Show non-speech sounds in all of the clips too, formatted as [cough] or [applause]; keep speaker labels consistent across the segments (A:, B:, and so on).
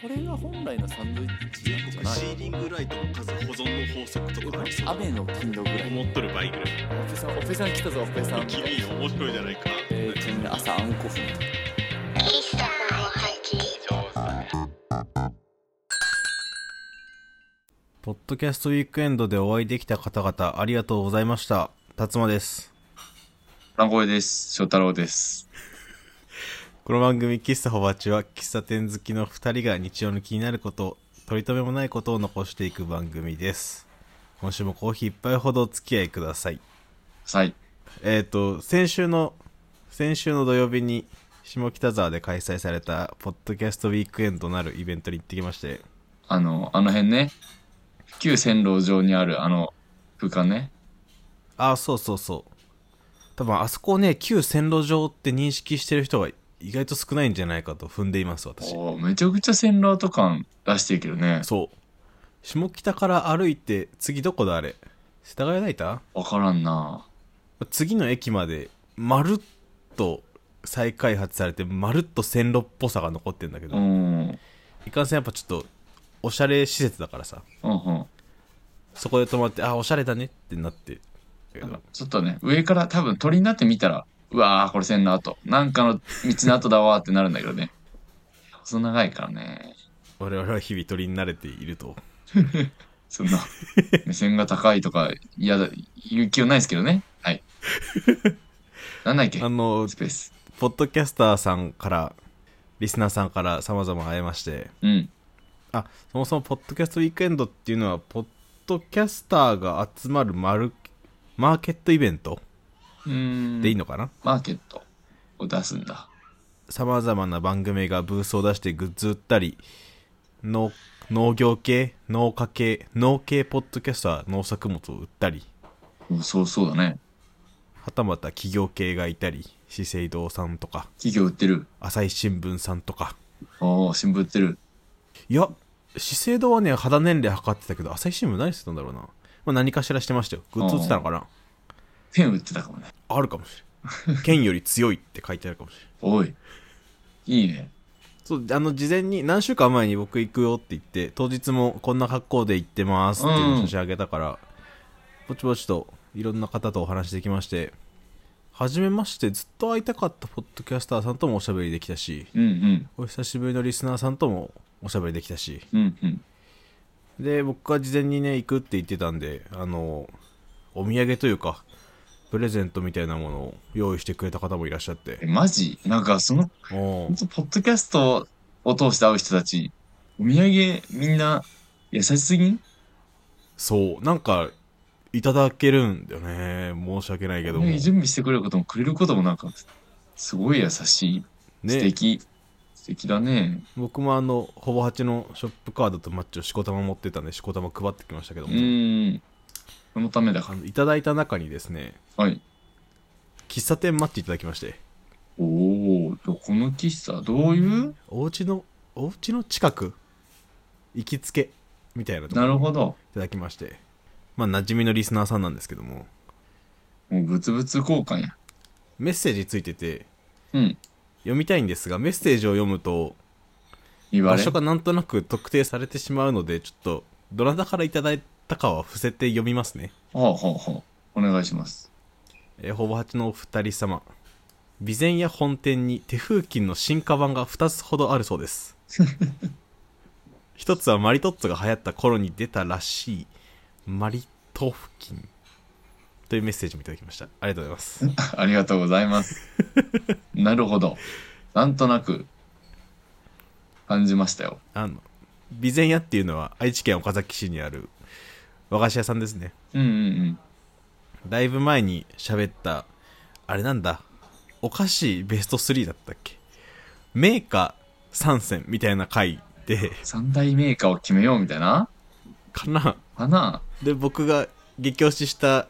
A: これが本来のサンドイッチ
B: 全
A: なんじゃ
B: 国
A: な
B: シー
A: い
B: リングライトの数保存の法則とかありそう
A: 雨の頻度ぐらい
B: 思っとる倍ぐらい
A: オペさんオペさん来たぞオペさん
B: 君面白いじゃないか
A: えー、ちなみに朝あんこ踏む
C: 喫茶の配置
D: ポッドキャストウィークエンドでお会いできた方々、ありがとうございました。達馬です。
E: 名古屋です。翔太郎です。
D: この番組、喫茶ホバチは、喫茶店好きの二人が日常の気になること、取り留めもないことを残していく番組です。今週もコーヒー一杯ほどお付き合いください。
E: はい。
D: えっ、と、先週の、先週の土曜日に、下北沢で開催された、ポッドキャストウィークエンドなるイベントに行ってきまして、
E: あの、あの辺ね。旧線路上にあるあの空間ね。
D: ああ、そうそうそう。多分あそこをね、旧線路上って認識してる人が意外と少ないんじゃないかと踏んでいます、私。
E: おーめちゃくちゃ線路跡感出してるけどね。
D: そう。下北から歩いて、次どこだあれ世田谷ライタ
E: わからんな
D: ー次の駅まで、まるっと再開発されて、まるっと線路っぽさが残ってんだけど、
E: うん。うん
D: いかんせんやっぱちょっと、おしゃれ施設だからさ、
E: うん。
D: そこで泊まって、ああ、おしゃれだねってなってるけど、
E: ちょっとね、上から多分鳥になってみたら、うわー、これ線路跡。なんかの道の跡だわーってなるんだけどね。細長いからね。
D: 我々は日々鳥に慣れていると。
E: そんな、目線が高いとか、いやだ、言う気はないですけどね。はい。なんだっけ
D: あの
E: ス、ペース。
D: ポッドキャスターさんから、リスナーさんから様々会えまして、
E: うん。
D: あ、そもそもポッドキャストウィークエンドっていうのは、ポッドキャスターが集まるマルマーケットイベント
E: うーん。
D: でいいのかな、
E: マーケットを出すんだ。
D: 様々な番組がブースを出してグッズ売ったり、農農業系、農家系、農系ポッドキャスター、農作物を売ったり、
E: うんそうそうだね。
D: はたまた企業系がいたり、資生堂さんとか、
E: 企業売ってる。
D: 朝日新聞さんとか、
E: ああ、新聞売ってる。
D: いや、資生堂はね、肌年齢測ってたけど、朝日新聞何してたんだろうな。まあ、何かしらしてましたよ。グッズ売ってたのかな
E: ペン売ってたかもね。
D: あるかもしれん。 [laughs] 剣より強いって書いてあるかもしれん。
E: おい。いいね。
D: そう、あの、事前に、何週間前に僕行くよって言って、当日もこんな格好で行ってますっていうのを差し上げたから、ぼちぼちといろんな方とお話できまして、はじめまして、ずっと会いたかったポッドキャスターさんともおしゃべりできたし、
E: うんうん。
D: お久しぶりのリスナーさんともおしゃべりできたし、
E: うんうん。
D: で僕が事前にね行くって言ってたんであのお土産というかプレゼントみたいなものを用意してくれた方もいらっしゃっ
E: え
D: て
E: マジなんかその、
D: お
E: ほん
D: ー
E: とポッドキャストを通して会う人たち、お土産みんな優しすぎん
D: そうなんかいただけるんだよね申し訳ないけど
E: お
D: も
E: 土産
D: ね
E: 準備してくれることもくれることもなんか、すごい優しい。素敵。素敵だね。
D: 僕もあのほぼ八のショップカードとマッチをしこたま持ってたんでしこたま配ってきましたけど
E: う
D: も、
E: ーん。そのためだか
D: あのいただいた中にですね
E: ら。はい。
D: 喫茶店マッチいただきまして
E: おお、どこの喫茶どういう
D: お家のお家の近く行きつけみたいなとこ
E: なるほど。
D: いただきましてまあ馴染みのリスナーさんなんですけども
E: もう物々交換や。
D: メッセージついてて
E: うん。
D: 読みたいんですがメッセージを読むと
E: 言わ
D: 場
E: れ
D: 所。がなんとなく特定されてしまうのでちょっとどなたからいただいたかは伏せて読みますね、
E: ほうほうほう。お願いします。 [laughs]
D: えーほぼ8のお二人様備前屋本店に手風琴の進化版が2つほどあるそうです
E: [laughs]
D: 一つはマリトッツォが流行った頃に出たらしいマリトフキンというメッセージもいただきましたありがとうございます
E: ありがとうございます。
D: [laughs]
E: なるほど。なんとなく、感じましたよ。
D: あの備前屋っていうのは愛知県岡崎市にある和菓子屋さんですね
E: うんうん
D: だいぶ前に喋ったあれなんだお菓子ベスト3だったっけメーカー参戦みたいな回で
E: うん。三大メーカーを決めようみたいな
D: かな
E: かな
D: で僕が激推しした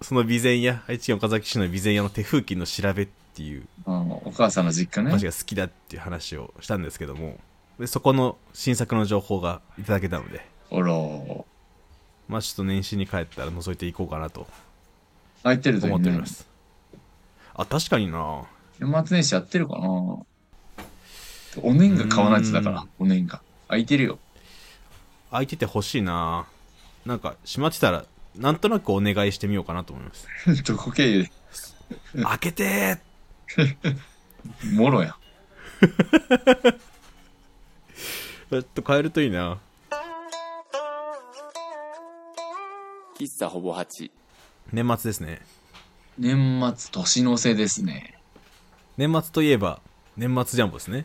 D: その備前屋愛知県岡崎市の備前屋の手風琴の調べっていう
E: あのお母さんの実家
D: お菓子
E: ね。
D: が好きだっていう話をしたんですけどもでそこの新作の情報がいただけたので
E: おろ
D: まあちょっと年始に帰ったら覗いていこうかなと
E: ー。空いてるとい
D: 思
E: い
D: っており
E: ね
D: ま。す、あ確かにな
E: 年末年始やってるかなお年が買わないとだから、お年が。空いてるよ。 [laughs]
D: 空いてて欲しいななんか閉まってたらなんとなくお願いしてみようかなと思います
E: どこ経由で。
D: 開けて
E: もろやん。
D: ーちょっと変えるといいな
A: 喫茶ほぼ8
D: 年末ですね
E: 年末年の瀬ですね。
D: 年末といえば年末ジャンボですね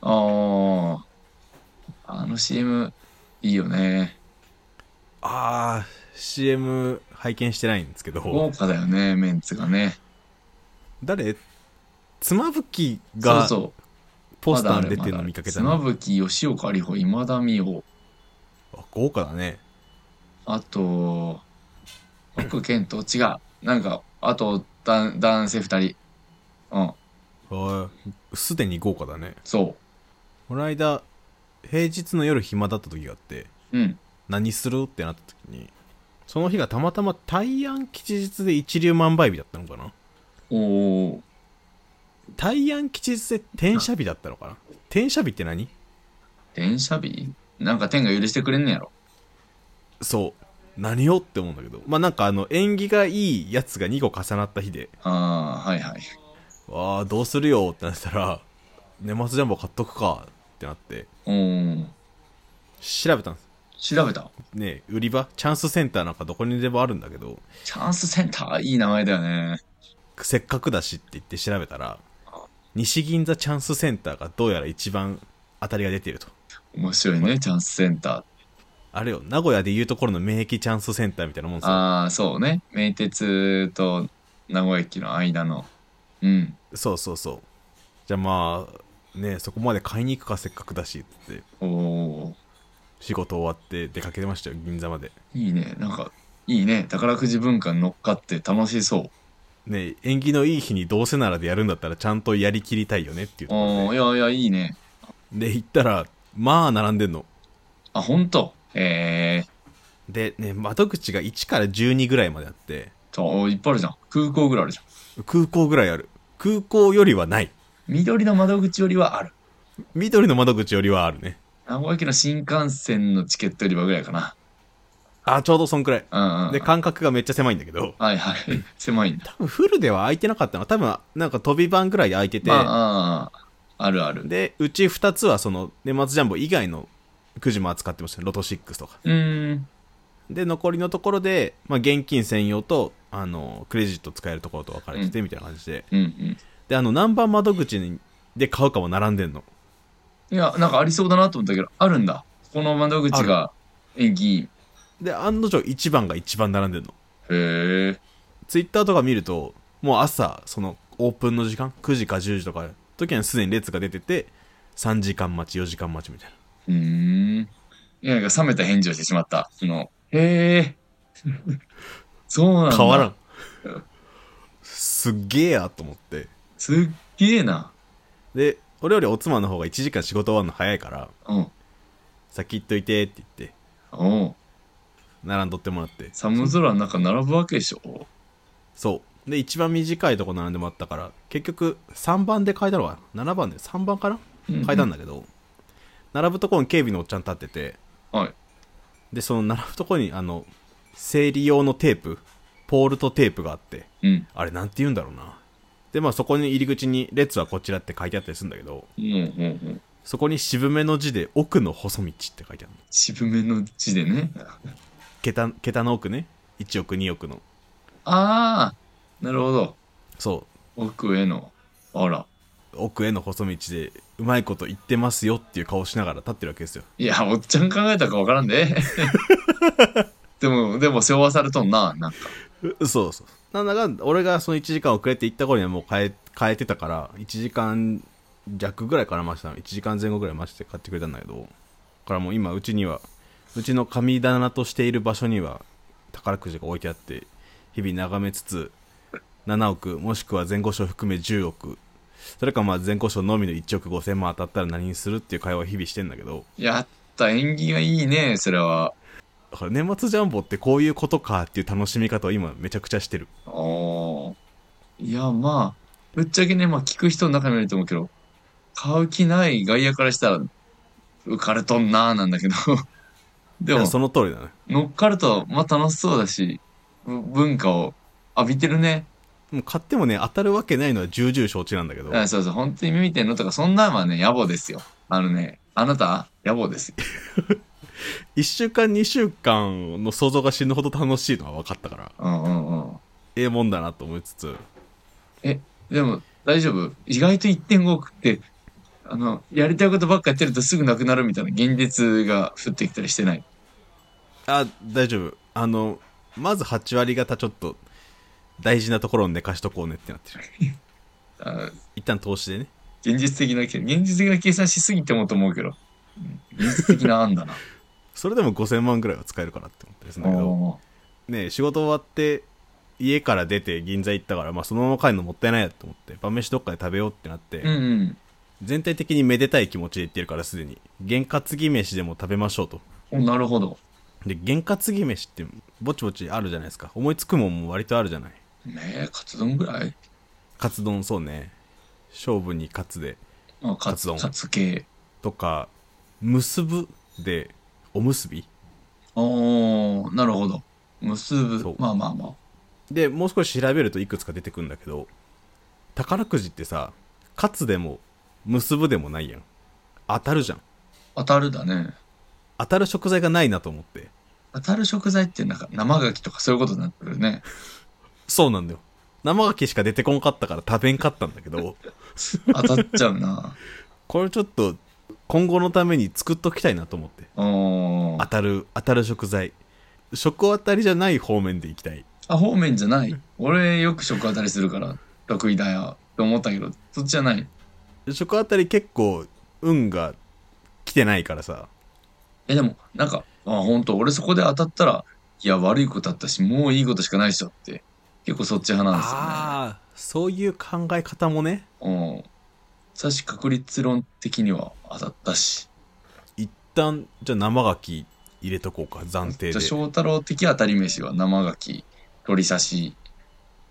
E: ああ。あの CM、いいよね。
D: あー CM 拝見してないんですけ
E: 豪
D: ど
E: 華だよね、メンツがね。
D: 誰妻夫木
E: そう
D: が
E: そう。
D: ポスターに出
E: ま
D: てる
E: だあ
D: の
E: る
D: 見かけた
E: まだあ
D: な
E: る妻夫木、吉岡里帆、今田美桜。
D: あ豪華だね
E: あと、奥健と違う。なんか、あと、だん男性二人。うん、
D: あーすでに豪華だね
E: そ
D: この間平日の夜暇だった時があって
E: う。うん。
D: 何するってなった時にその日がたまたま大安吉日で一粒万倍日だったのかな
E: おおー。
D: 大安吉日で転写日だったのかな転写日って何
E: 電車日なんか天が許してくれんねやろ。
D: そう何をって思うんだけどまあなんかあの縁起がいいやつが2個重なった日で
E: ああ、はいはい。
D: わあどうするよってなってたら年末ジャンボ買っとくかってなって
E: おお。
D: 調べたんです
E: 調べた。
D: ね売り場チャンスセンターなんかどこにでもあるんだけど
E: チャンスセンター、いい名前だよね。
D: せっかくだしって言って調べたら西銀座チャンスセンターがどうやら一番当たりが出てると
E: 面白いね、チャンスセンタ
D: あれよ名古屋でいうところの免疫チャンスセンターみたいなもん
E: ー。
D: ですよ
E: ああ、そうね。名鉄と名古屋駅の間の。うん。
D: そうそうそうじゃあまあねそこまで買いに行くかせっかくだしってって
E: おお。
D: 仕事終わって出かけてましたよ銀座まで
E: いいね。なんか、いいね。宝くじ文化に乗っかって楽しそう。
D: ね縁起のいい日にどうせならでやるんだったらちゃんとやりきりたいよねっていうところ
E: お
D: で
E: おいやいや、いいね。
D: で行ったらまあ並んでんの
E: あ、本当。ええ
D: でね窓口が1から12ぐらいまであって
E: と、いっぱいあるじゃん。空港ぐらいあるじゃん。
D: 空港ぐらいある空港よりはない
E: 緑の窓口よりはある。
D: 緑の窓口よりはあるね
E: 名古屋駅の新幹線のチケットよりはぐらいかな。
D: あちょうどそんくらい
E: うんうん。
D: で間隔がめっちゃ狭いんだけど
E: はいはい。狭いんだ。
D: 多分フルでは空いてなかったの多分なんか飛び番ぐらい空いてて、
E: まあ、ああ、あるある。
D: でうち2つはその年末ジャンボ以外のくじも扱ってましたねロト6とか
E: うーん。
D: で残りのところで、まあ、現金専用とあのクレジット使えるところと分かれててみたいな感じで、
E: うんうん。
D: であの何番窓口にで買うかも並んでんの
E: いや、なんかありそうだなと思ったけど、あるんだ。この窓口が演技いい。
D: で案の定1番が一番並んでんの
E: へえ。
D: ツイッターとか見るともう朝そのオープンの時間9時か10時とか時にはすでに列が出てて3時間待ち4時間待ちみたいな
E: うーん。いや、なんか冷めた返事をしてしまった。その、へ
D: [laughs]
E: え。そうなんだ。
D: 変わら
E: ん。
D: んすっげえやと思って
E: すっげえな。
D: で俺よりおつまの方が1時間仕事終わるの早いから
E: うん。
D: 先行っといてって言って
E: おう
D: 並んどってもらって
E: 寒空の中並ぶわけでしょ
D: そうで一番短いとこ並んでもらったから結局3番で変えたのかな7番で3番かな
E: うんうん
D: 変えたんだけど、並ぶとこに警備のおっちゃん立ってて
E: はい。
D: でその並ぶとこにあの整理用のテープポールとテープがあって
E: うん。
D: あれなんて言うんだろうなでまあそこに入り口に「列はこちら」って書いてあったりするんだけど
E: うんうんうん。
D: そこに渋めの字で「奥の細道」って書いてあるの
E: 渋めの字でね。
D: 桁桁の奥ね1億2億の
E: ああ、なるほど。
D: そ
E: 奥への。あら。
D: う奥への細道でうまいこと言ってますよっていう顔しながら立ってるわけですよ
E: いや、おっちゃん考えたかわから
D: [laughs]
E: んで。でも、でも、背負わされとんな。なんか。
D: うそうそうなんだか俺がその1時間遅れて行った頃にはもう変え変えてたから1時間弱ぐらいから回したの1時間前後ぐらい回して買ってくれたんだけどだからもう今うちにはうちの神棚としている場所には宝くじが置いてあって日々眺めつつ7億もしくは前後賞含め10億それかまあ前後賞のみの1億5000万当たったら何にするっていう会話を日々してんだけど
E: やった、縁起がいいね、それは。
D: だから年末ジャンボってこういうことかっていう楽しみ方を今めちゃくちゃしてる
E: おーいや、まあ、ぶっちゃけね、まあ、聞く人の中にはいると思うけど、買う気ない外野からしたら、浮かれとんなーなんだけど。 [laughs] で
D: い
E: も
D: や、その通りだね
E: 乗っかると、まあ楽しそうだし、ぶ文化を浴びてるね。
D: もう買ってもね当たるわけないのは重々承知なんだけど
E: あそうそう、本当に見てんのとか、そんなんはね、野暮ですよ。あのね、あなた、野暮ですよ。
D: 1週間2週間の想像が死ぬほど楽しいのは分かったから
E: うんうんうん。
D: ええもんだなと思いつつ
E: でも、大丈夫。意外と1.5億って、あの、やりたいことばっかやってるとすぐなくなるみたいな現実が降ってきたりしてない。
D: あ大丈夫あのまず8割方ちょっと大事なところを寝かしとこうねってなってる
E: あ
D: 一旦投資でね
E: 現実的な、現実的な計算しすぎてもと思うけど。うん現実的な案
D: [laughs]
E: だな。
D: それでも5000万ぐらいは使えるかなって思ってですんだけど
E: おー
D: ね仕事終わって家から出て銀座行ったから、まあ、そのまま帰るのもったいないなと思って晩飯どっかで食べようってなって、
E: うんうん。
D: 全体的にめでたい気持ちで行ってるからすでに験担ぎ飯でも食べましょうと
E: おなるほど。
D: で験担ぎ飯ってぼちぼちあるじゃないですか思いつくもんも割とあるじゃない
E: ねえ、カツ丼ぐらい
D: カツ丼そうね勝負にカツで
E: あカ
D: カツ
E: ツ
D: 丼
E: カツ系。
D: とか結ぶでおむすび
E: おーなるほど。
D: そ
E: 結ぶ
D: う。
E: まあまあま
D: でもう少し調べるといくつか出てくるんだけど宝くじってさカツでも結ぶでもないやん当たるじゃん
E: あ。当たるだね。
D: 当たる食材がないなと思って
E: 当たる食材ってなんか生牡蠣とかそういうことになってくるね。
D: そうなんだよ生牡蠣しか出てこんかったから食べんかったんだけど
E: 当たっちゃうな。
D: これちょっと今後のために作っときたいなと思って
E: お
D: 当
E: ー
D: たる当たる食材食当たりじゃない方面でいきたい
E: あ、方面じゃない。俺よく食当たりするから得意だよって思ったけど、そっちじゃない。
D: 食当たり結構運が来てないからさ
E: え、でもなんか、あ、本当俺そこで当たったら、いや、悪いことあったし、もういいことしかないっしょって、結構そっち派なんですよね。
D: ああそういう考え方もね
E: うん。さし確率論的には当たったし。
D: 一旦じゃあ生牡蠣入れとこうか暫定
E: じ
D: で
E: ゃあ翔太郎的当たり飯は生牡蠣、鳥刺し。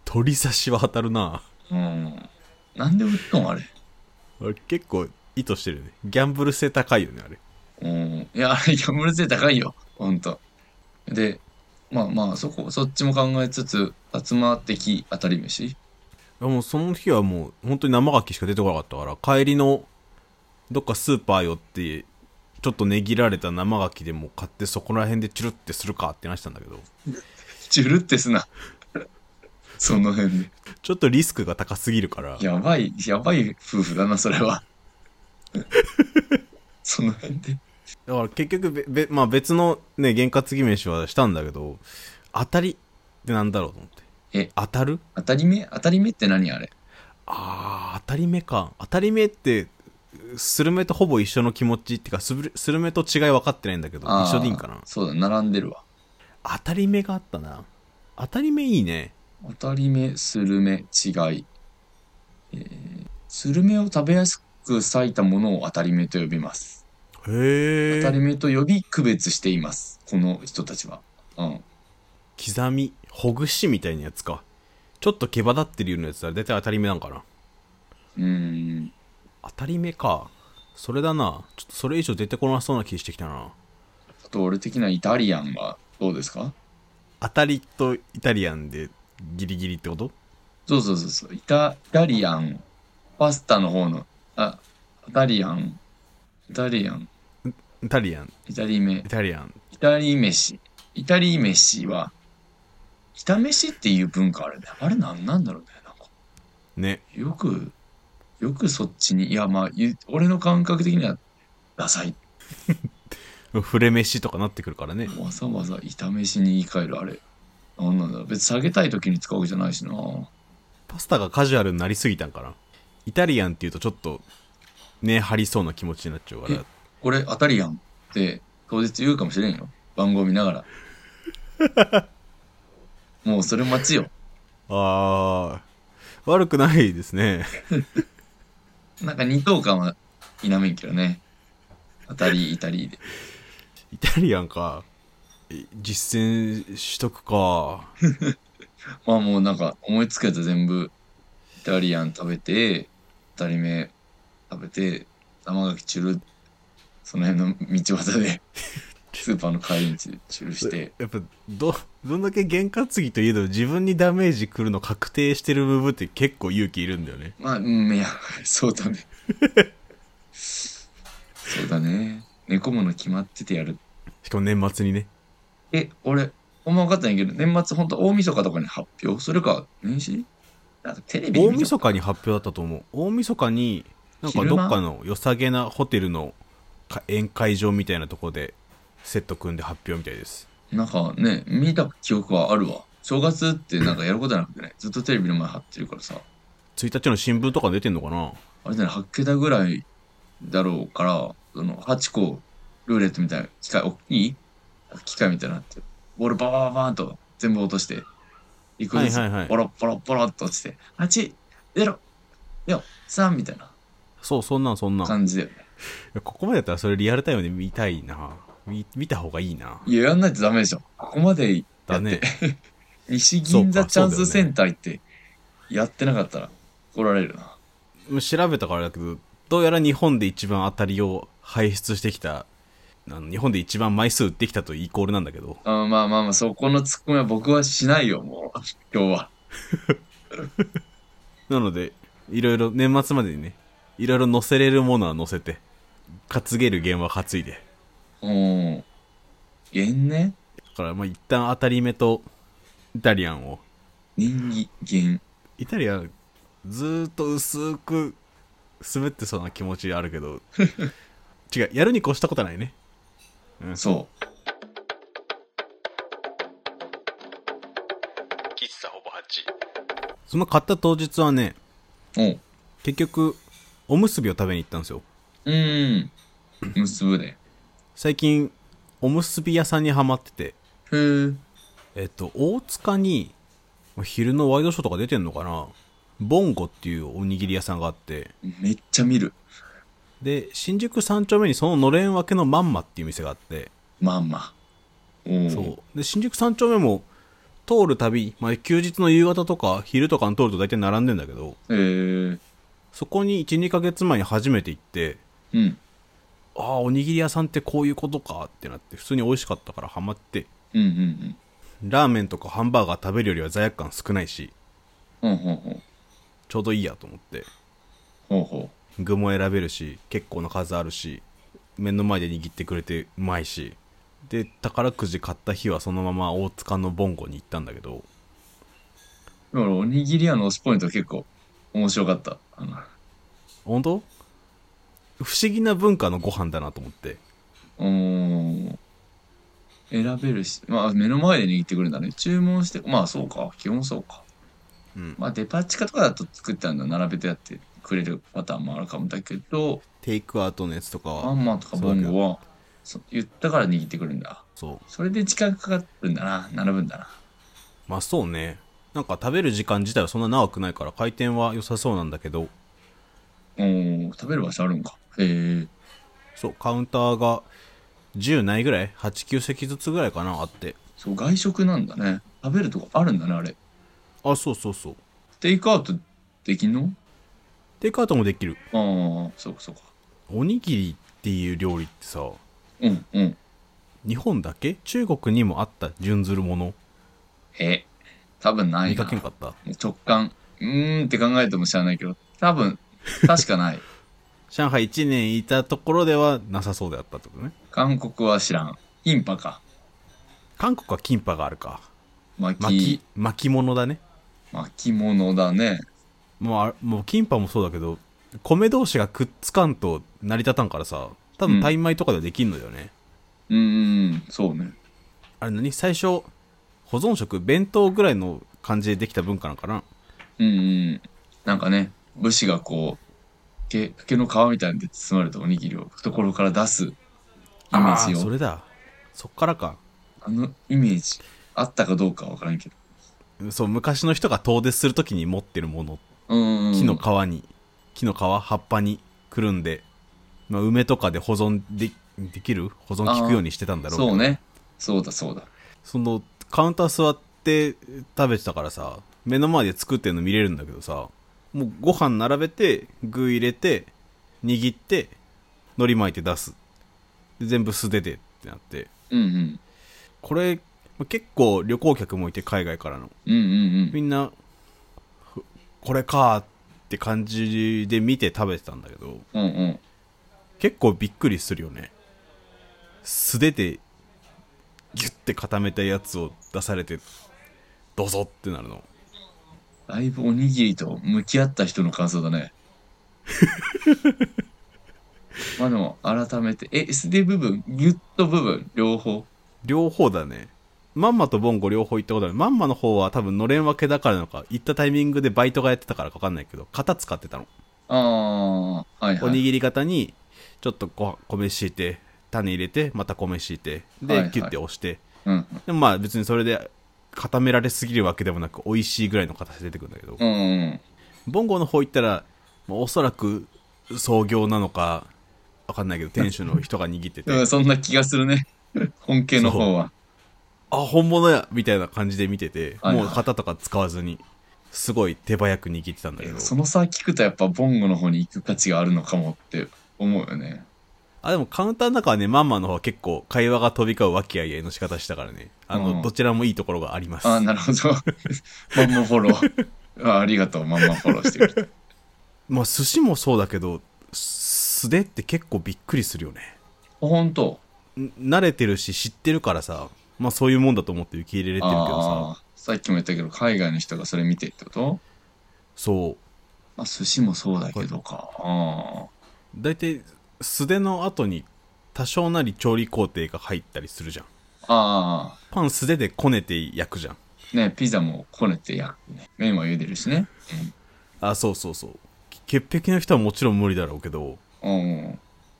D: 鳥刺しは当たるな
E: うん。なんで売っとんあれ。
D: あれ結構意図してるよねギャンブル性高いよねあれ
E: うん。いや、あれギャンブル税高いよ。ほんと。で、まあまあ、そこ、そっちも考えつつ、集まってき当たり飯。
D: あもうその日はもう本当に生牡蠣しか出てこなかったから帰りのどっかスーパー寄ってちょっと値切られた生牡蠣でも買ってそこら辺でチュルってするかってなしたんだけど
E: ジュルってすな。 [laughs] その辺で。
D: ちょっとリスクが高すぎるから
E: やばい、やばい夫婦だな、それは。 [laughs] その辺で。
D: だから結局べべ、まあ、別のね験担ぎ飯はしたんだけど当たりってなんだろうと思って
E: え
D: 当たる
E: 当たり目当たり目って何あれ
D: あー当たり目か当たり目ってスルメとほぼ一緒の気持ちっていうかスルスルメと違い分かってないんだけど
E: あー
D: 一緒でいいんかな
E: そうだ、並んでるわ。
D: 当たり目があったな当たり目いいね
E: 当たり目、スルメ、違い。えースルメを食べやすく裂いたものを当たり目と呼びます。
D: へ
E: 当たり目と呼び区別しています。この人たちは。うん。
D: 刻みほぐしみたいなやつかちょっと毛羽立ってるようなやつだ大体当たり目なんかな
E: うーん。
D: 当たり目かそれだなちょっとそれ以上出てこなそうな気してきたな
E: あと、俺的なイタリアンはどうですか
D: 当たりとイタリアンでギリギリってこと
E: そうそうそうそう。イタ、イタリアン、パスタの方の、あ、イタリアン、イタリアン、
D: イタリアン
E: イタリメ
D: イ、タリアン
E: イタリ飯。イタリ飯は、イタ飯っていう文化あるね。あれなんなんだろうね。なんか
D: ね
E: よく、よくそっちに、いや、まあ、ゆ俺の感覚的には、ダサい。
D: フレ飯とかなってくるからね
E: わざわざ炒めしに言い換える、あれ。なんなんだろう。別に下げたい時に使うわけじゃないしな。
D: パスタがカジュアルになりすぎたんかなイタリアンっていうとちょっとね張りそうな気持ちになっちゃうから
E: これ、当たりやんって、当日言うかもしれんよ。番号見ながら。 [laughs] もうそれ待ちよ。
D: あー悪くないですね
E: なんか二等間は否めんけどね。当たり、イタリで。
D: イタリアンかい実践しとくか
E: まあもうなんか思いつくやつ全部イタリアン食べて、二人目食べて、生牡蠣チュル、その辺の道端で、スーパーの帰り道でチュールして、
D: やっぱどどんだけ験担ぎといえど自分にダメージくるの確定してるムーブって結構勇気いるんだよね
E: まあ、うん、いや、そ
D: [laughs]
E: うだね。そうだね。寝込むの決まっててやる。
D: しかも年末にね
E: え、俺、ほんま分かったんやけど、年末ほんと大晦日とかに発表それか、年始なんかテレビで
D: 大
E: 見た
D: 晦日に発表だったと思う大晦日になんかどっかの良さげなホテルのか宴会場みたいなとこでセット組んで発表みたいです
E: なんかね、見た記憶はあるわ。正月ってなんかやることなくてね、ずっとテレビの前張ってるからさ、
D: 1日の新聞とか出てんのかな
E: あれだね、8桁ぐらいだろうから、その8個ルーレットみたいな機械、大きい機械みたいなのあって、ボールバーバーバーンと全部落として、いくずつ
D: はいはいはい
E: ボロッボロッボロッと落ちて、8、0、4、3みたいな
D: そうそんなんそんなんい
E: 感じだよね。
D: やここまでだったらそれリアルタイムで見たいな見見た方がいいない
E: や、やんないとダメでしょ。ここまでやって、
D: だね
E: 西銀座チ
D: そ
E: ャ
D: う
E: ン
D: かそうだよね
E: スセンター行って、やってなかったら怒られるな。
D: もう調べたからだけどどうやら日本で一番当たりを輩出してきたあの日本で一番枚数売ってきたとイコールなんだけど
E: あまあまあまあ、そこのツッコミは僕はしないよ、もう、今日は。
D: なのでいろいろ年末までにねいろいろ載せれるものは載せて担げる弦は担いで
E: うん。弦ね
D: だからまあ一旦当たり目とイタリアンを
E: 人気弦。
D: イタリアンずーっと薄く滑ってそうな気持ちある
B: [laughs]
D: けど違うやるに越したことはないね
E: そう。
B: 喫茶ほぼ8
D: その買った当日はね
E: おう。
D: 結局おむすびを食べに行ったんですよ
E: うーん。結ぶで。
D: 最近おむすび屋さんにはまってて
E: へー
D: えっと大塚に昼のワイドショーとか出てんのかなボンゴっていうおにぎり屋さんがあって
E: めっちゃ見る。
D: で新宿三丁目にそののれん分けのまんまっていう店があって、
E: まあまあ。おう。
D: そうで新宿三丁目も通るたび、まあ、休日の夕方とか昼とかに通ると大体並んでんだけど
E: へー
D: そこに12ヶ月前に初めて行って
E: うん。
D: ああおにぎり屋さんってこういうことかってなって普通に美味しかったからハマって
E: うんうん
D: ラーメンとかハンバーガー食べるよりは罪悪感少ないし
E: うん。ほうほうほう。
D: ちょうどいいやと思って
E: ほうほ
D: 具も選べるし結構な数あるし目の前で握ってくれてうまいしで宝くじ買った日はそのまま大塚のボンゴに行ったんだけど
E: う。だからおにぎり屋の推しポイント結構面白かった。あの
D: 本当不思議な文化のご飯だなと思って
E: おー選べるし、まあ目の前で握ってくるんだね。注文して、まあそうか、基本そうか。
D: うん
E: まあデパ地下とかだと作ってあるの並べてやってくれるパターンもあるかもだけど、
D: テイクアウトのやつとか
E: ま
D: は
E: んまとかボンゴは、そ言ったから握ってくるんだ。
D: そう
E: それで時間かかるんだな、並ぶんだな。
D: まあそうねなんか食べる時間自体はそんな長くないから回転は良さそうなんだけど
E: おー食べる場所あるんか。へえ。
D: そうカウンターが10ないぐらい89席ずつぐらいかなあって
E: そう、外食なんだね。食べるとこあるんだね、あれ。
D: あそうそうそう
E: テイクアウトできんの
D: テイクアウトもできる
E: ああ、そうかそうか。
D: おにぎりっていう料理ってさ
E: うんうん。
D: 日本だけ中国にもあった準ずるもの
E: え、多分ない
D: 見
E: な。
D: かけんかった
E: 直感うーんって考えても知らないけど多分確か [laughs] ない
D: 上海1年いたところではなさそうであったってことね
E: 韓国は知らんキンパか
D: 韓国はキンパがあるか
E: 巻き
D: 巻き巻物だね
E: 巻き物だね
D: もうあもうキンパもそうだけど米同士がくっつかんと成り立たんからさ多
E: う
D: 分
E: ん
D: タイ米とかではできんのよね、
E: うーんそうね
D: あれ何最初保存食弁当ぐらいの感じでできた文化なんかな
E: うんうんなんかね武士がこう竹竹の皮みたいにで包まれたおにぎりを懐から出すイメージ
D: あーそ
E: を
D: れだそっからか
E: あのイメージあったかどうかは分からんけど
D: そう昔の人が遠出するときに持ってるもの
E: うーん
D: 木の皮に、木の皮葉っぱにくるんで、まあ、梅とかで保存でできる保存効くようにしてたんだろうけど
E: そうねそうだそうだ
D: そのカウンター座って食べてたからさ目の前で作ってるの見れるんだけどさもうご飯並べて具入れて握って海苔巻いて出すで全部素手でってなって
E: うん
D: これまあ結構旅行客もいて海外からの
E: うん。うんうん
D: みんなふこれかって感じで見て食べてたんだけど
E: うん。うんうん。
D: 結構びっくりするよね素手でギュッて固めたやつを出されてどうぞってなるの
E: だいぶおにぎりと向き合った人の感想
D: [laughs]
E: だね。まあでも、改めて、え、素手部分、ギュッと部分、両方。
D: 両方だねまんまとボンゴ両方行ったことあるまんまの方は多分のれん分けだからなのか行ったタイミングでバイトがやってたからか分かんないけど型使ってたの
E: ああ、はいはい。
D: おにぎり型にちょっとご米敷いて種入れてまた米敷いてで、
E: はいはい
D: ギュッて押して
E: うん
D: でもまあ別にそれで固められすぎるわけでもなく美味しいぐらいの形で出てくるんだけど、
E: うん。うんうん。
D: ボンゴの方行ったら、まあおそらく創業なのか分かんないけど店主の人が握ってて
E: うん、そんな気がするね。 [laughs] 本家の方は。
D: あ本物やみたいな感じで見てて、
E: はいはい
D: もう型とか使わずにすごい手早く握ってたんだけど
E: その差聞くとやっぱボンゴの方に行く価値があるのかもって思うよね。
D: あでもカウンターの中はねマンマの方は結構会話が飛び交う和気あいあいの仕方したからねあの、
E: うん
D: どちらもいいところがあります
E: ああ、なるほど。 [laughs] まんまフォロ
D: [laughs]
E: ー。あありがとう、まんまフォローしてくれて。
D: まあ寿司もそうだけど素手って結構びっくりするよね
E: ほんと。
D: ん慣れてるし知ってるからさまあそういうもんだと思って受け入れれてるけど
E: あ
D: さ
E: あ、さっきも言ったけど、海外の人がそれ見てってこと
D: そう
E: まあ、寿司もそうだけどか。あ
D: 大体素手の後に多少なり調理工程が入ったりするじゃん
E: あ。あ
D: パン素手でこねて焼くじゃん
E: あ。ね、ピザもこねて焼くね。麺は茹でるしね。
D: あそうそうそう潔癖の人はもちろん無理だろうけど
E: うん。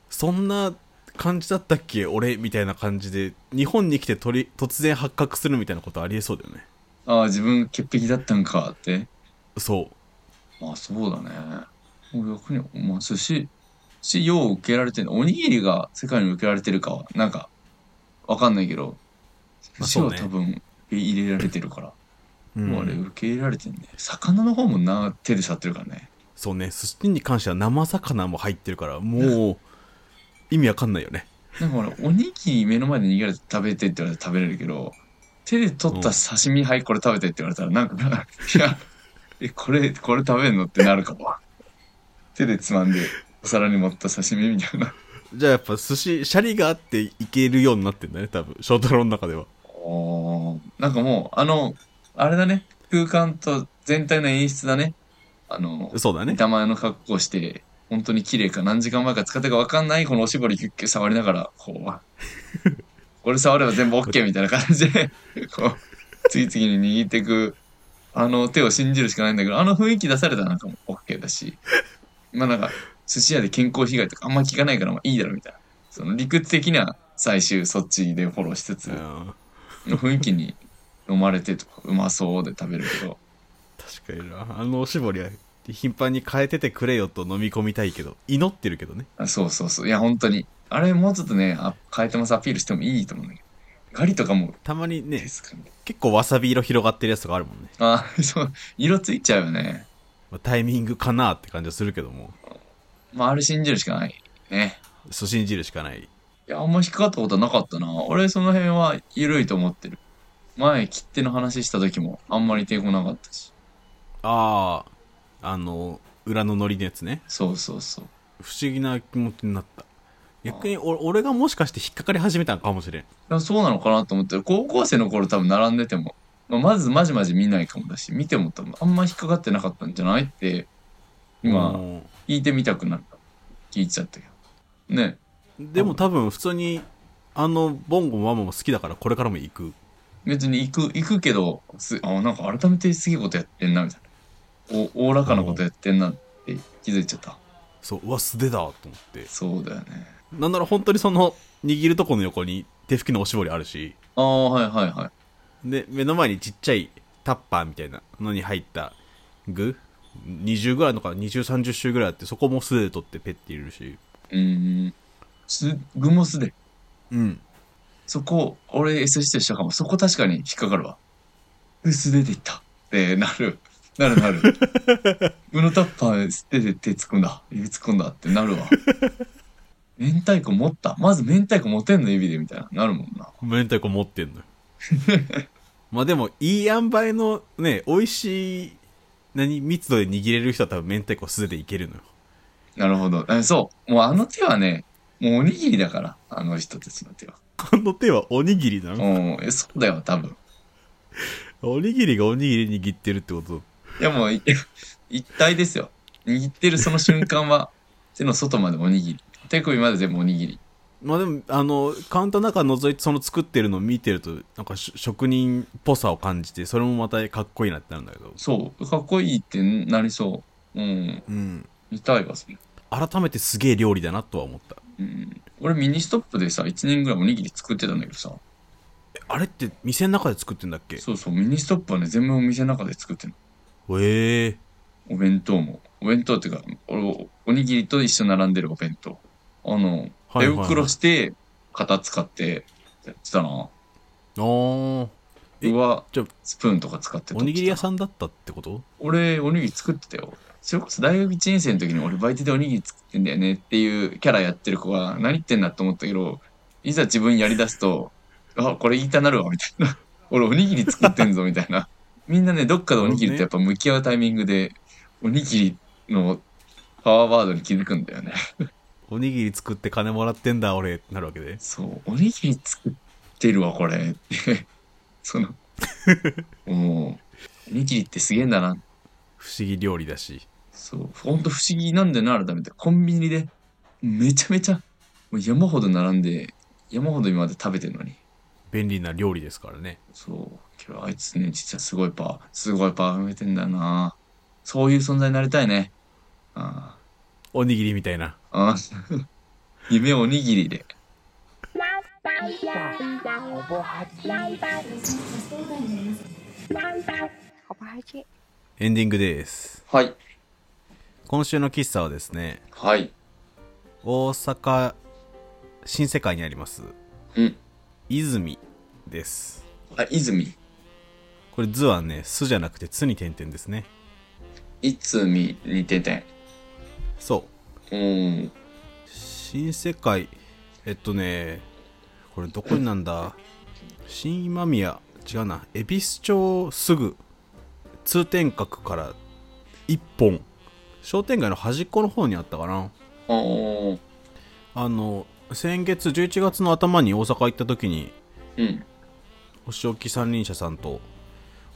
D: そんな感じだったっけ俺みたいな感じで日本に来てとり突然発覚するみたいなことありえそうだよね
E: ああ、自分潔癖だったんかって。
D: そう
E: まあそうだね。もう逆に、まあ寿司、寿司よう受けられてるおにぎりが世界に受けられてるかは、なんか、わかんないけど、
D: ま
E: 寿
D: あそ
E: 司
D: う
E: は
D: ね
E: 多分入れられてるから、
D: うん
E: もうあれ受け入れられてんね。魚の方もな、手で触ってるからね。
D: そうね寿司に関しては生魚も入ってるからもう意味わかんないよね
E: でも俺、おにぎり目の前で握られて食べてって言われて食べれるけど、手で取った刺身、はい、これ食べてって言われたら、なんか、いや、 [laughs] え、これ、これ食べんのってなるかも。手でつまんで、お皿に盛った刺身みたいな。
D: じゃあやっぱ寿司シャリがあっていけるようになってんだね多分翔太郎の中では
E: おーなんかもう、あの、あれだね、空間と全体の演出だね。あの、
D: そうだね
E: 板前の格好して、本当に綺麗か何時間前か使ったか分かんない、このおしぼりキュッキュ触りながら、こう、 [laughs] これ触れば全部
D: [laughs]
E: OK みたいな感じで、 [laughs] こう、次々に握っていく、あの手を信じるしかないんだけど、あの雰囲気出されたらなんかもう OK だし、まあなんか、寿司屋で健康被害とかあんま聞かないから、まあいいだろみたいな。その理屈的には最終そっちでフォローしつつ
D: う、ん
E: の雰囲気に飲まれてとかうまそうで食べるけど
D: 確かになあのおしぼりは頻繁に変えててくれよと飲み込みたいけど祈ってるけどね
E: あそうそうそういや本当にあれもうちょっとねあ変えてますアピールしてもいいと思うんだけどガリとかも
D: たまに
E: で
D: ね
E: すかね
D: 結構わさび色広がってるやつとかあるもんね、
E: あそう色ついちゃうよね、
D: まあタイミングかなって感じはするけども
E: まあ、あれ信じるしかないね
D: そう信じるしかない
E: いやあんま引っかかったことはなかったな俺その辺は緩いと思ってる前切手の話した時もあんまり抵抗なかったし
D: あああの裏のノリのやつね
E: そうそうそう
D: 不思議な気持ちになった逆にお俺がもしかして引っかかり始めたのかもしれん
E: いやそうなのかなと思って高校生の頃多分並んでても、まあ、まずまじまじ見ないかもだし見ても多分あんま引っかかってなかったんじゃないって今
D: うん
E: 聞いてみたくなった聞いちゃったけどね
D: でも多分普通にあのボンゴもママも好きだからこれからも行く
E: 別に行く行くけどすあなんか改めてすげえことやってんなみたいなお大らかなことやってんなって気づいちゃった
D: そううわ素手だと思って
E: そうだよね
D: なんなら本当にその握るとこの横に手拭きのおしぼりあるし
E: ああはいはいはい
D: で目の前にちっちゃいタッパーみたいなのに入った具20ぐらいのか2030種ぐらいあってそこも素手で取ってペッて入れるし
E: うーんす具もすで
D: うん
E: そこ俺 S 指定したかもそこ確かに引っかかるわ薄出ていったってなるなるなる具のタッパーで手で手突っ込んだ指突っ込んだってなるわ明太子持ったまず明太子持てんの指でみたいななるもんな
D: 明太子持ってんのよ [laughs] まあでもいい塩梅のね美味しい何密度で握れる人は多分明太子素手でいけるのよ
E: なるほどえそうもうあの手はねもうおにぎりだからあの人たちの手は
D: この手はおにぎりなの
E: うんえそうだよ多分
D: おにぎりがおにぎり握ってるってこと
E: いやもうい [laughs] 一体ですよ握ってるその瞬間は手の外までおにぎり手首まで全部おにぎり
D: まあでもあのカウンターの中覗いてその作ってるのを見てるとなんかし職人っぽさを感じてそれもまたかっこいいなってなるんだけど
E: そうかっこいいってなりそううん
D: うん
E: 見たいわそれ、
D: 改めてすげえ料理だなとは思った
E: うん、俺ミニストップでさ1年ぐらいおにぎり作ってたんだけどさ
D: えあれって店の中で作ってんだっけへ
E: そうそうミニストップはね全部お店の中で作ってる
D: え
E: のお弁当もお弁当っていうか俺おおにぎりと一緒に並んでるお弁当あの
D: はいはい
E: 手
D: はい
E: 袋して型使ってやってたな
D: ああえ
E: うわ
D: じゃあ
E: スプーンとか使って
D: おにぎり屋
E: ん
D: さんだったってこと
E: 俺おにぎり作ってたよそれこそ大学1年生の時に俺バイトでおにぎり作ってんだよねっていうキャラやってる子は何言ってんだと思ったけどいざ自分やりだすとあこれ言いたなるわみたいな [laughs] 俺おにぎり作ってんぞみたいなみんなねどっかでおにぎりとやっぱ向き合うタイミングでおにぎりのパワーワードに気づくんだよね
D: おにぎり作って金もらってんだ俺ってなるわけで
E: そうおにぎり作ってるわこれってそ [laughs] のもうおにぎりってすげえんだな
D: 不思議料理だし
E: そう、ほんと不思議なんだよな、改めて。コンビニで、めちゃめちゃ、もう山ほど並んで、山ほど今まで食べてるのに。
D: 便利な料理ですからね
E: そう、けどあいつね、実はすごいパワー、すごいパワー埋めてんだよな。そういう存在になりたいね。あ
D: おにぎりみたいな
E: あ、ああ [laughs] 夢おにぎりで。
F: 好吧，还这
D: エンディングです
E: はい。
D: 今週の喫茶はですね
E: はい。
D: 大阪新世界にあります
E: うん。
D: 泉です
E: あ、泉。
D: これ図はね巣じゃなくて津に点々ですね
E: いつみにてて。
D: そう
E: うん。
D: 新世界えっとねこれどこになんだ新今宮違うな恵比寿町すぐ通天閣から1本商店街の端っこの方にあったかな
E: あー
D: あの先月11月の頭に大阪行った時に
E: うん。
D: お仕置き三輪車さんと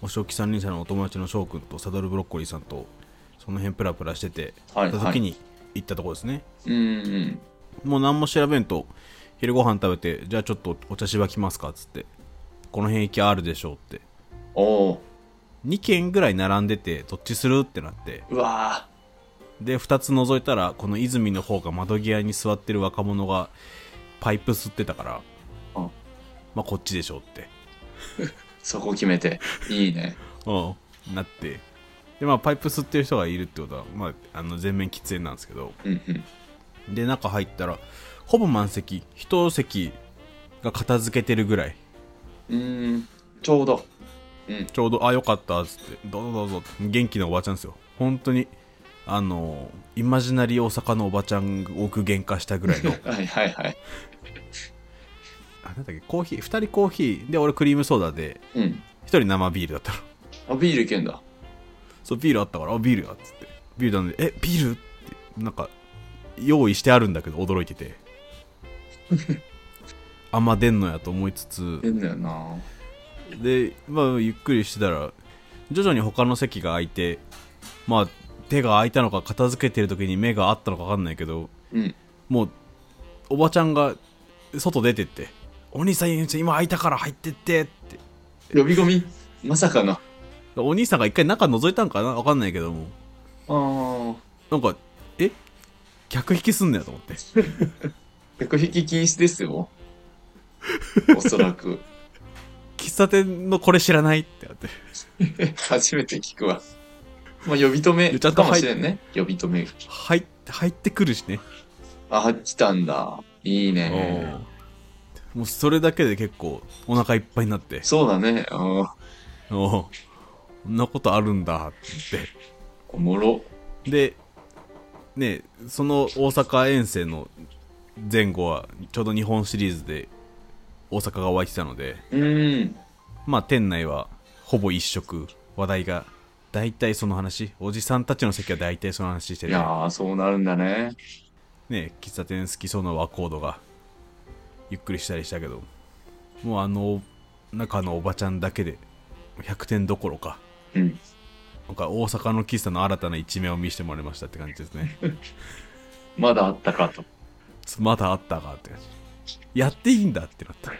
D: お仕置き三輪車のお友達の翔くんとサドルブロッコリーさんとその辺プラプラしてて、
E: はい
D: 行った時に行ったところですね
E: うん。
D: もう何も調べんと昼ご飯食べてじゃあちょっとお茶しばきますかっつってこの辺行きあるでしょうって
E: おー。
D: 2軒ぐらい並んでてどっちするってなって
E: うわ
D: で2つ覗いたらこの泉の方が窓際に座ってる若者がパイプ吸ってたから
E: あ
D: まあこっちでしょうって
E: ー。そこ決めて。いいね。
D: うんなってでまあパイプ吸ってる人がいるってことは、まあ、あの全面喫煙なんですけど
E: うんうん。
D: で中入ったらほぼ満席1席が片付けてるぐらいう
E: ーん、ちょうど。
D: ちょうど、あ、よかった、っつって、どうぞどうぞ、元気なおばちゃんですよ。本当に、あの、イマジナリー大阪のおばちゃんが多く喧嘩したぐらい
E: [laughs]
D: の、
E: はいはいはい。
D: あ、なんだっけ、コーヒー、2人コーヒー、で、俺クリームソーダで、
E: うん。
D: 1人生ビールだったの。
E: あ、ビールいけんだ。
D: そう、ビールあったから、あ、ビールや、っつって。ビールなんで、え、ビールって、なんか、用意してあるんだけど、驚いて
E: [laughs]
D: て。あんま出んのやと思いつつ、
E: いけんだよな。
D: で、まあ、ゆっくりしてたら徐々に他の席が空いてまあ手が空いたのか片付けてる時に目があったのか分かんないけど
E: うん。
D: もうおばちゃんが外出てって「お兄さん今空いたから入ってって」って
E: 呼び込みまさかの。あ
D: お兄さんが一回中覗いたんかな分かんないけども
E: あ。
D: なんかえ客引きすんのやと思って
E: 客引き禁止ですよ。おそらく。 [laughs]
D: 喫茶店のこれ知らないってなって
E: 初めて聞くわ。まあ、呼び止め
D: ちゃんと
E: かも
D: 入っ
E: しれんね。呼び止め。
D: 入って入ってくるしね
E: あ、来たんだ。いいね。
D: もうそれだけで結構お腹いっぱいになって
E: そうだね。あ
D: おうこんなことあるんだって言
E: おもろ。
D: ってでねその大阪遠征の前後はちょうど日本シリーズで大阪が湧いてたので
E: うん。
D: まあ店内はほぼ一色話題が大体その話おじさんたちの席は大体その話して
E: い
D: て
E: やー、そうなるんだね。
D: ね喫茶店好きそうなワコードがゆっくりしたりしたけどもうあの中のおばちゃんだけで100点どころか
E: うん。
D: なんか大阪の喫茶の新たな一面を見せてもらいましたって感じですね [laughs]
E: まだあったかと。
D: まだあったかって感じやっていいんだってなった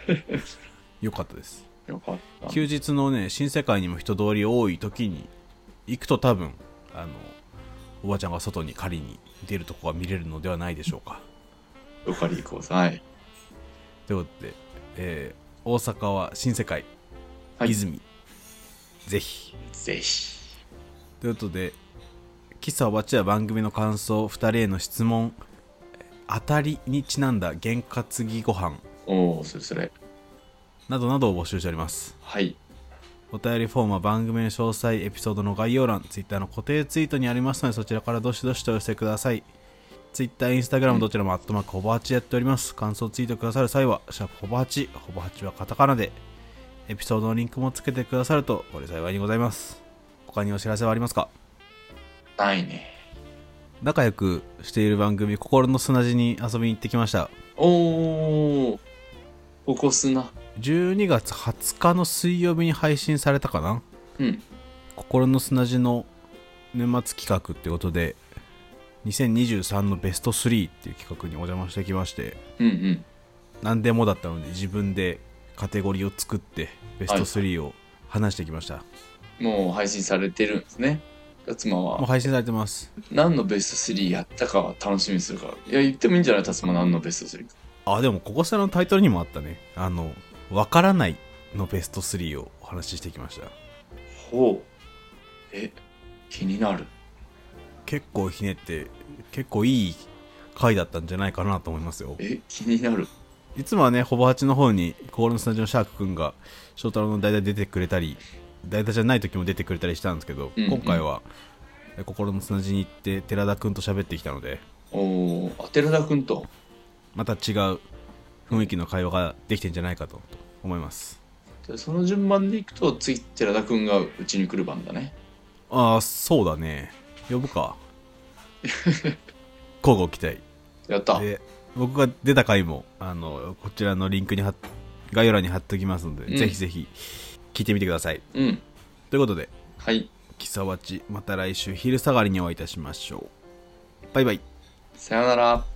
E: [laughs]
D: よかったです
E: よかった。
D: 休日のね新世界にも人通り多い時に行くと多分あのおばちゃんが外に狩りに出るとこが見れるのではないでしょうか
E: よかり行こうさ。はい。
D: ということで、えー大阪は新世界、
E: はい
D: 泉ぜひ
E: ぜひ。
D: ということで喫茶おばっちは番組の感想2人への質問当たりにちなんだ験担ぎご飯
E: おお、それそれ。
D: などなどを募集しております
E: はい。
D: お便りフォームは番組の詳細エピソードの概要欄 Twitter の固定ツイートにありますのでそちらからどしどしとお寄せください Twitter、Instagram どちらもアットマークほぼ8やっております感想ツイートくださる際はシャープほぼ8ほぼ8はカタカナでエピソードのリンクもつけてくださるとこれ幸いにございます他にお知らせはありますか
E: ないね。
D: 仲良くしている番組心の砂地に遊びに行ってきました
E: おお。ここ砂。
D: 12月20日の水曜日に配信されたかな
E: うん。
D: 心の砂地の年末企画ってことで2023のベスト3っていう企画にお邪魔してきまして
E: うんうん。
D: 何でもだったので自分でカテゴリーを作ってベスト3を話してきました、
E: もう配信されてるんですね。つま
D: もう
E: は
D: 配信されてます
E: 何のベスト3やったかは楽しみにするから。いや、言ってもいいんじゃないつま何のベスト3か。
D: あでもここさらのタイトルにもあったねあの「わからない」のベスト3をお話ししてきました
E: ほう。え、気になる。
D: 結構ひねって結構いい回だったんじゃないかなと思いますよ
E: え、気になる。
D: いつもはね、ほぼ八の方に、心のスタジオのシャークくんが、翔太郎の代打出てくれたり、代打じゃない時も出てくれたりしたんですけど、
E: うんうん
D: 今回は、え心の砂地に行って、寺田くんと喋ってきたので、
E: おお、あ、寺田くんと。
D: また違う雰囲気の会話ができてんじゃないかと思います。
E: でその順番でいくと、次、寺田くんがうちに来る番だね。
D: ああ、そうだね。呼ぶ
E: [laughs]
D: か。交互期待。
E: やった。
D: で、僕が出た回も、あの、こちらのリンクに貼っ、概要欄に貼っておきますので、
E: うん
D: ぜひぜひ、聞いてみてください。
E: うん。
D: ということで、
E: はい。
D: キサワチまた来週昼下がりにお会いいたしましょうバイバイ
E: さよなら。